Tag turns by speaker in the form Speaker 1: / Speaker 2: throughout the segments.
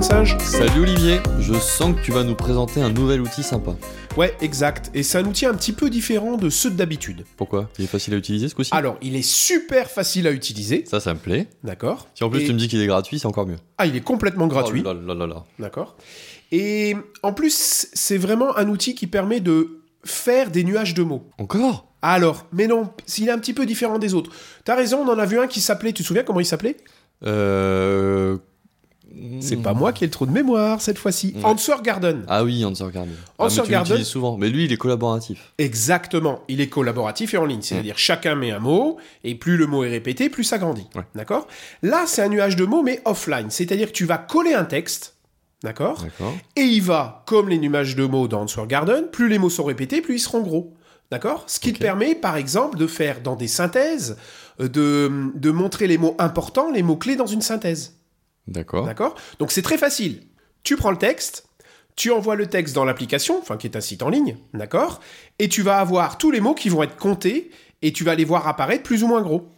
Speaker 1: Serge.
Speaker 2: Salut Olivier, je sens que tu vas nous présenter un nouvel outil sympa.
Speaker 1: Ouais, exact. Et c'est un outil un petit peu différent de ceux d'habitude.
Speaker 2: Pourquoi Il est facile à utiliser ce coup-ci
Speaker 1: Alors, il est super facile à utiliser.
Speaker 2: Ça, ça me plaît.
Speaker 1: D'accord.
Speaker 2: Si en plus
Speaker 1: Et-
Speaker 2: tu me dis qu'il est gratuit, c'est encore mieux.
Speaker 1: Ah, il est complètement gratuit.
Speaker 2: Oh là là là là.
Speaker 1: D'accord. Et en plus, c'est vraiment un outil qui permet de faire des nuages de mots.
Speaker 2: Encore
Speaker 1: Alors, mais non, s'il est un petit peu différent des autres. T'as raison, on en a vu un qui s'appelait, tu te souviens comment il s'appelait
Speaker 2: Euh.
Speaker 1: C'est pas moi qui ai le trou de mémoire cette fois-ci.
Speaker 2: Hmm. Ouais.
Speaker 1: Answer Garden.
Speaker 2: Ah oui, Answer Garden. Ah, mais tu
Speaker 1: Garden.
Speaker 2: l'utilises souvent. Mais lui, il est collaboratif.
Speaker 1: Exactement, il est collaboratif et en ligne,
Speaker 2: Mm.
Speaker 1: c'est-à-dire chacun met un mot, et plus le mot est répété, plus ça grandit.
Speaker 2: Ouais.
Speaker 1: D'accord Là, c'est un nuage de mots, mais offline, c'est-à-dire que tu vas coller un texte, d'accord
Speaker 2: D'accord.
Speaker 1: Et il va, comme les nuages de mots dans Answer Garden, plus les mots sont répétés, plus ils seront gros. D'accord Ce qui
Speaker 2: Ok.
Speaker 1: te permet, par exemple, de faire dans des synthèses, euh, de, de montrer les mots importants, les mots clés dans une synthèse.
Speaker 2: D'accord.
Speaker 1: D'accord Donc c'est très facile. Tu prends le texte, tu envoies le texte dans l'application, enfin qui est un site en ligne, d'accord Et tu vas avoir tous les mots qui vont être comptés et tu vas les voir apparaître plus ou moins gros.
Speaker 2: Ah,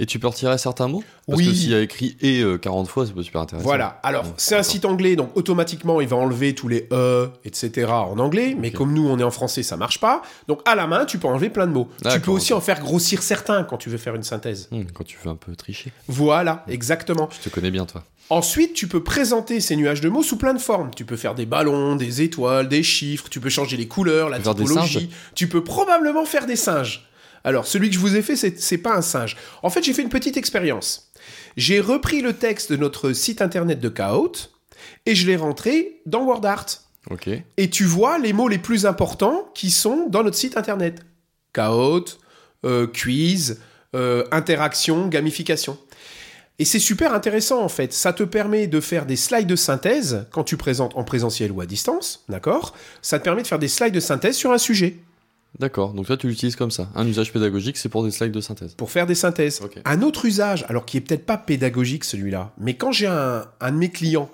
Speaker 2: Et tu peux retirer certains mots Parce
Speaker 1: Oui.
Speaker 2: que s'il y a écrit et euh, 40 fois, c'est pas super intéressant.
Speaker 1: Voilà. Alors,
Speaker 2: Ouais,
Speaker 1: c'est un
Speaker 2: d'accord.
Speaker 1: site anglais, donc automatiquement, il va enlever tous les E, etc. en anglais. Mais
Speaker 2: Ok.
Speaker 1: comme nous, on est en français, ça marche pas. Donc, à la main, tu peux enlever plein de mots. Tu peux
Speaker 2: D'accord,
Speaker 1: aussi en faire grossir certains quand tu veux faire une synthèse.
Speaker 2: Hum, quand tu veux un peu tricher.
Speaker 1: Voilà, exactement.
Speaker 2: Je te connais bien, toi.
Speaker 1: Ensuite, tu peux présenter ces nuages de mots sous plein de formes. Tu peux faire des ballons, des étoiles, des chiffres, tu peux changer les couleurs, la
Speaker 2: Tu peux faire des
Speaker 1: typologie.
Speaker 2: singes
Speaker 1: Tu peux probablement faire des singes. Alors, celui que je vous ai fait, c'est c'est pas un singe. En fait, j'ai fait une petite expérience. J'ai repris le texte de notre site internet de Kahoot et je l'ai rentré dans WordArt.
Speaker 2: Ok.
Speaker 1: Et tu vois les mots les plus importants qui sont dans notre site internet. Kahoot, euh, quiz, euh, interaction, gamification. Et c'est super intéressant en fait. Ça te permet de faire des slides de synthèse quand tu présentes en présentiel ou à distance, d'accord Ça te permet de faire des slides de synthèse sur un sujet
Speaker 2: D'accord. Donc toi, tu l'utilises comme ça. Un usage pédagogique, c'est pour des slides de synthèse.
Speaker 1: pour faire des synthèses.
Speaker 2: Ok.
Speaker 1: Un autre usage, alors qui est peut-être pas pédagogique celui-là, mais quand j'ai un, un de mes clients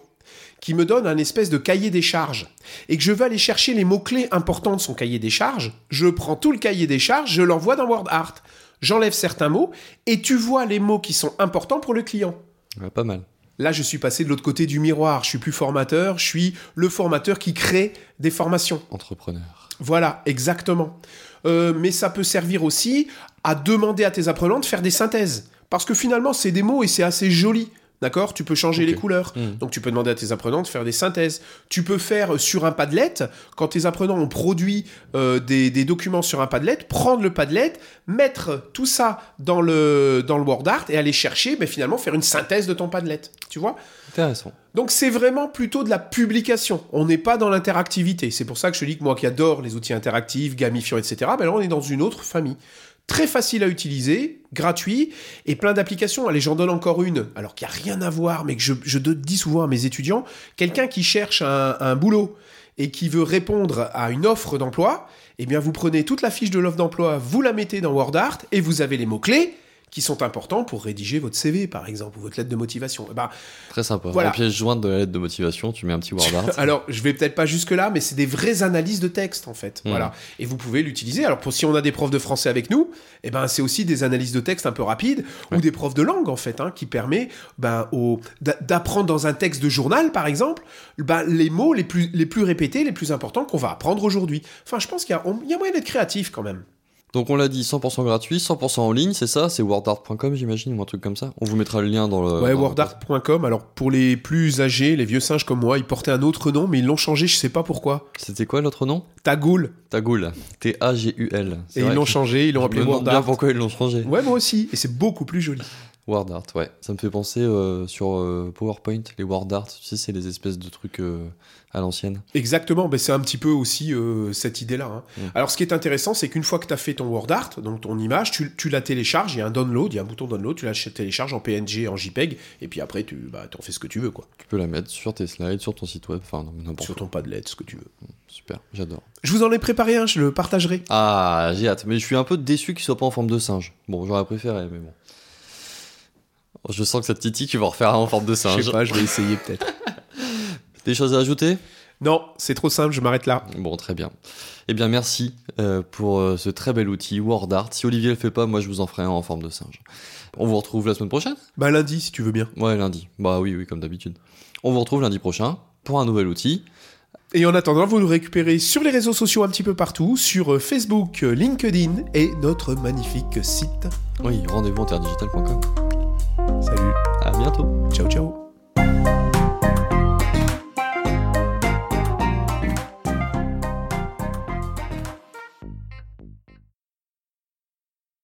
Speaker 1: qui me donne un espèce de cahier des charges et que je veux aller chercher les mots-clés importants de son cahier des charges, je prends tout le cahier des charges, je l'envoie dans WordArt. J'enlève certains mots et tu vois les mots qui sont importants pour le client.
Speaker 2: Ouais, pas mal.
Speaker 1: Là, je suis passé de l'autre côté du miroir. Je suis plus formateur, je suis le formateur qui crée des formations.
Speaker 2: Entrepreneur.
Speaker 1: Voilà, exactement. Euh, mais ça peut servir aussi à demander à tes apprenants de faire des synthèses. Parce que finalement, c'est des mots et c'est assez joli. D'accord Tu peux changer
Speaker 2: Ok.
Speaker 1: les couleurs.
Speaker 2: Mhm.
Speaker 1: Donc tu peux demander à tes apprenants de faire des synthèses. Tu peux faire euh, sur un Padlet, quand tes apprenants ont produit euh, des, des documents sur un Padlet, prendre le Padlet, mettre tout ça dans le, dans le WordArt et aller chercher, ben, finalement, faire une synthèse de ton Padlet. Tu vois
Speaker 2: Intéressant.
Speaker 1: donc c'est vraiment plutôt de la publication. On n'est pas dans l'interactivité. C'est pour ça que je te dis que moi qui adore les outils interactifs, gamifiants, etc., ben là on est dans une autre famille. Très facile à utiliser, gratuit, et plein d'applications. Allez, j'en donne encore une, alors qu'il n'y a rien à voir, mais que je, je te dis souvent à mes étudiants, quelqu'un qui cherche un, un boulot et qui veut répondre à une offre d'emploi, eh bien vous prenez toute la fiche de l'offre d'emploi, vous la mettez dans WordArt, et vous avez les mots-clés qui sont importants pour rédiger votre CV, par exemple, ou votre lettre de motivation. Eh ben,
Speaker 2: Très sympa.
Speaker 1: Voilà.
Speaker 2: La pièce jointe de la lettre de motivation, tu mets un petit word art.
Speaker 1: Alors, je vais peut-être pas jusque-là, mais c'est des vraies analyses de texte, en fait.
Speaker 2: Mhm.
Speaker 1: Voilà. Et vous pouvez l'utiliser. Alors, pour si on a des profs de français avec nous, eh ben, c'est aussi des analyses de texte un peu rapides, ou
Speaker 2: Ouais.
Speaker 1: des profs de langue, en fait, hein, qui permet ben, au- d'a- d'apprendre dans un texte de journal, par exemple, ben, les mots les plus, les plus répétés, les plus importants qu'on va apprendre aujourd'hui. Enfin, je pense qu'il y, a- on- il y a moyen d'être créatif, quand même.
Speaker 2: Donc on l'a dit, 100% gratuit, 100% en ligne, c'est ça C'est wordart.com j'imagine ou un truc comme ça On vous mettra le lien dans le...
Speaker 1: ouais,
Speaker 2: dans le-
Speaker 1: wordart.com. Alors, pour les plus âgés, les vieux singes comme moi, ils portaient un autre nom, mais ils l'ont changé, je sais pas pourquoi.
Speaker 2: C'était quoi l'autre nom
Speaker 1: Tagoul.
Speaker 2: Tagoul. T-A-G-U-L. C'est
Speaker 1: Et ils
Speaker 2: vrai
Speaker 1: l'ont
Speaker 2: que-
Speaker 1: changé, ils l'ont
Speaker 2: Je
Speaker 1: appelé
Speaker 2: me demande bien
Speaker 1: Wordart.
Speaker 2: pourquoi ils l'ont changé.
Speaker 1: Ouais, moi aussi. Et c'est beaucoup plus joli.
Speaker 2: WordArt, ouais. Ça me fait penser euh, sur euh, PowerPoint, les WordArt. Tu sais, c'est les espèces de trucs euh, à l'ancienne.
Speaker 1: Exactement. Ben, c'est un petit peu aussi euh, cette idée-là. hein.
Speaker 2: Mm.
Speaker 1: Alors, ce qui est intéressant, c'est qu'une fois que tu as fait ton WordArt, donc ton image, tu, tu la télécharges. Il y a un download, il y a un bouton download. Tu la ch- télécharges en PNG, en JPEG. Et puis après, tu bah, en fais ce que tu veux, quoi.
Speaker 2: Tu peux la mettre sur tes slides, sur ton site web, enfin non, mais n'importe
Speaker 1: Sur ton Padlet, ce que tu veux.
Speaker 2: où. Super, j'adore.
Speaker 1: Je vous en ai préparé un, je le partagerai.
Speaker 2: Ah, j'ai hâte. Mais je suis un peu déçu qu'il soit pas en forme de singe. Bon, j'aurais préféré, mais bon. Oh, Je sens que cette titi qui va refaire un en forme de
Speaker 1: Je
Speaker 2: singe.
Speaker 1: sais pas, je vais essayer peut-être.
Speaker 2: Des choses à ajouter
Speaker 1: Non, c'est trop simple, je m'arrête là.
Speaker 2: Bon, très bien. Eh bien, merci euh, pour euh, ce très bel outil, WordArt. Si Olivier le fait pas, moi je vous en ferai un en forme de singe. On vous retrouve la semaine prochaine
Speaker 1: Bah lundi, si tu veux bien.
Speaker 2: Ouais, lundi. Bah oui, oui, comme d'habitude. On vous retrouve lundi prochain pour un nouvel outil.
Speaker 1: Et en attendant, vous nous récupérez sur les réseaux sociaux un petit peu partout, sur euh, Facebook, euh, LinkedIn et notre magnifique site.
Speaker 2: Oui, rendez-vous en terredigital.com.
Speaker 1: Salut,
Speaker 2: À bientôt.
Speaker 1: ciao ciao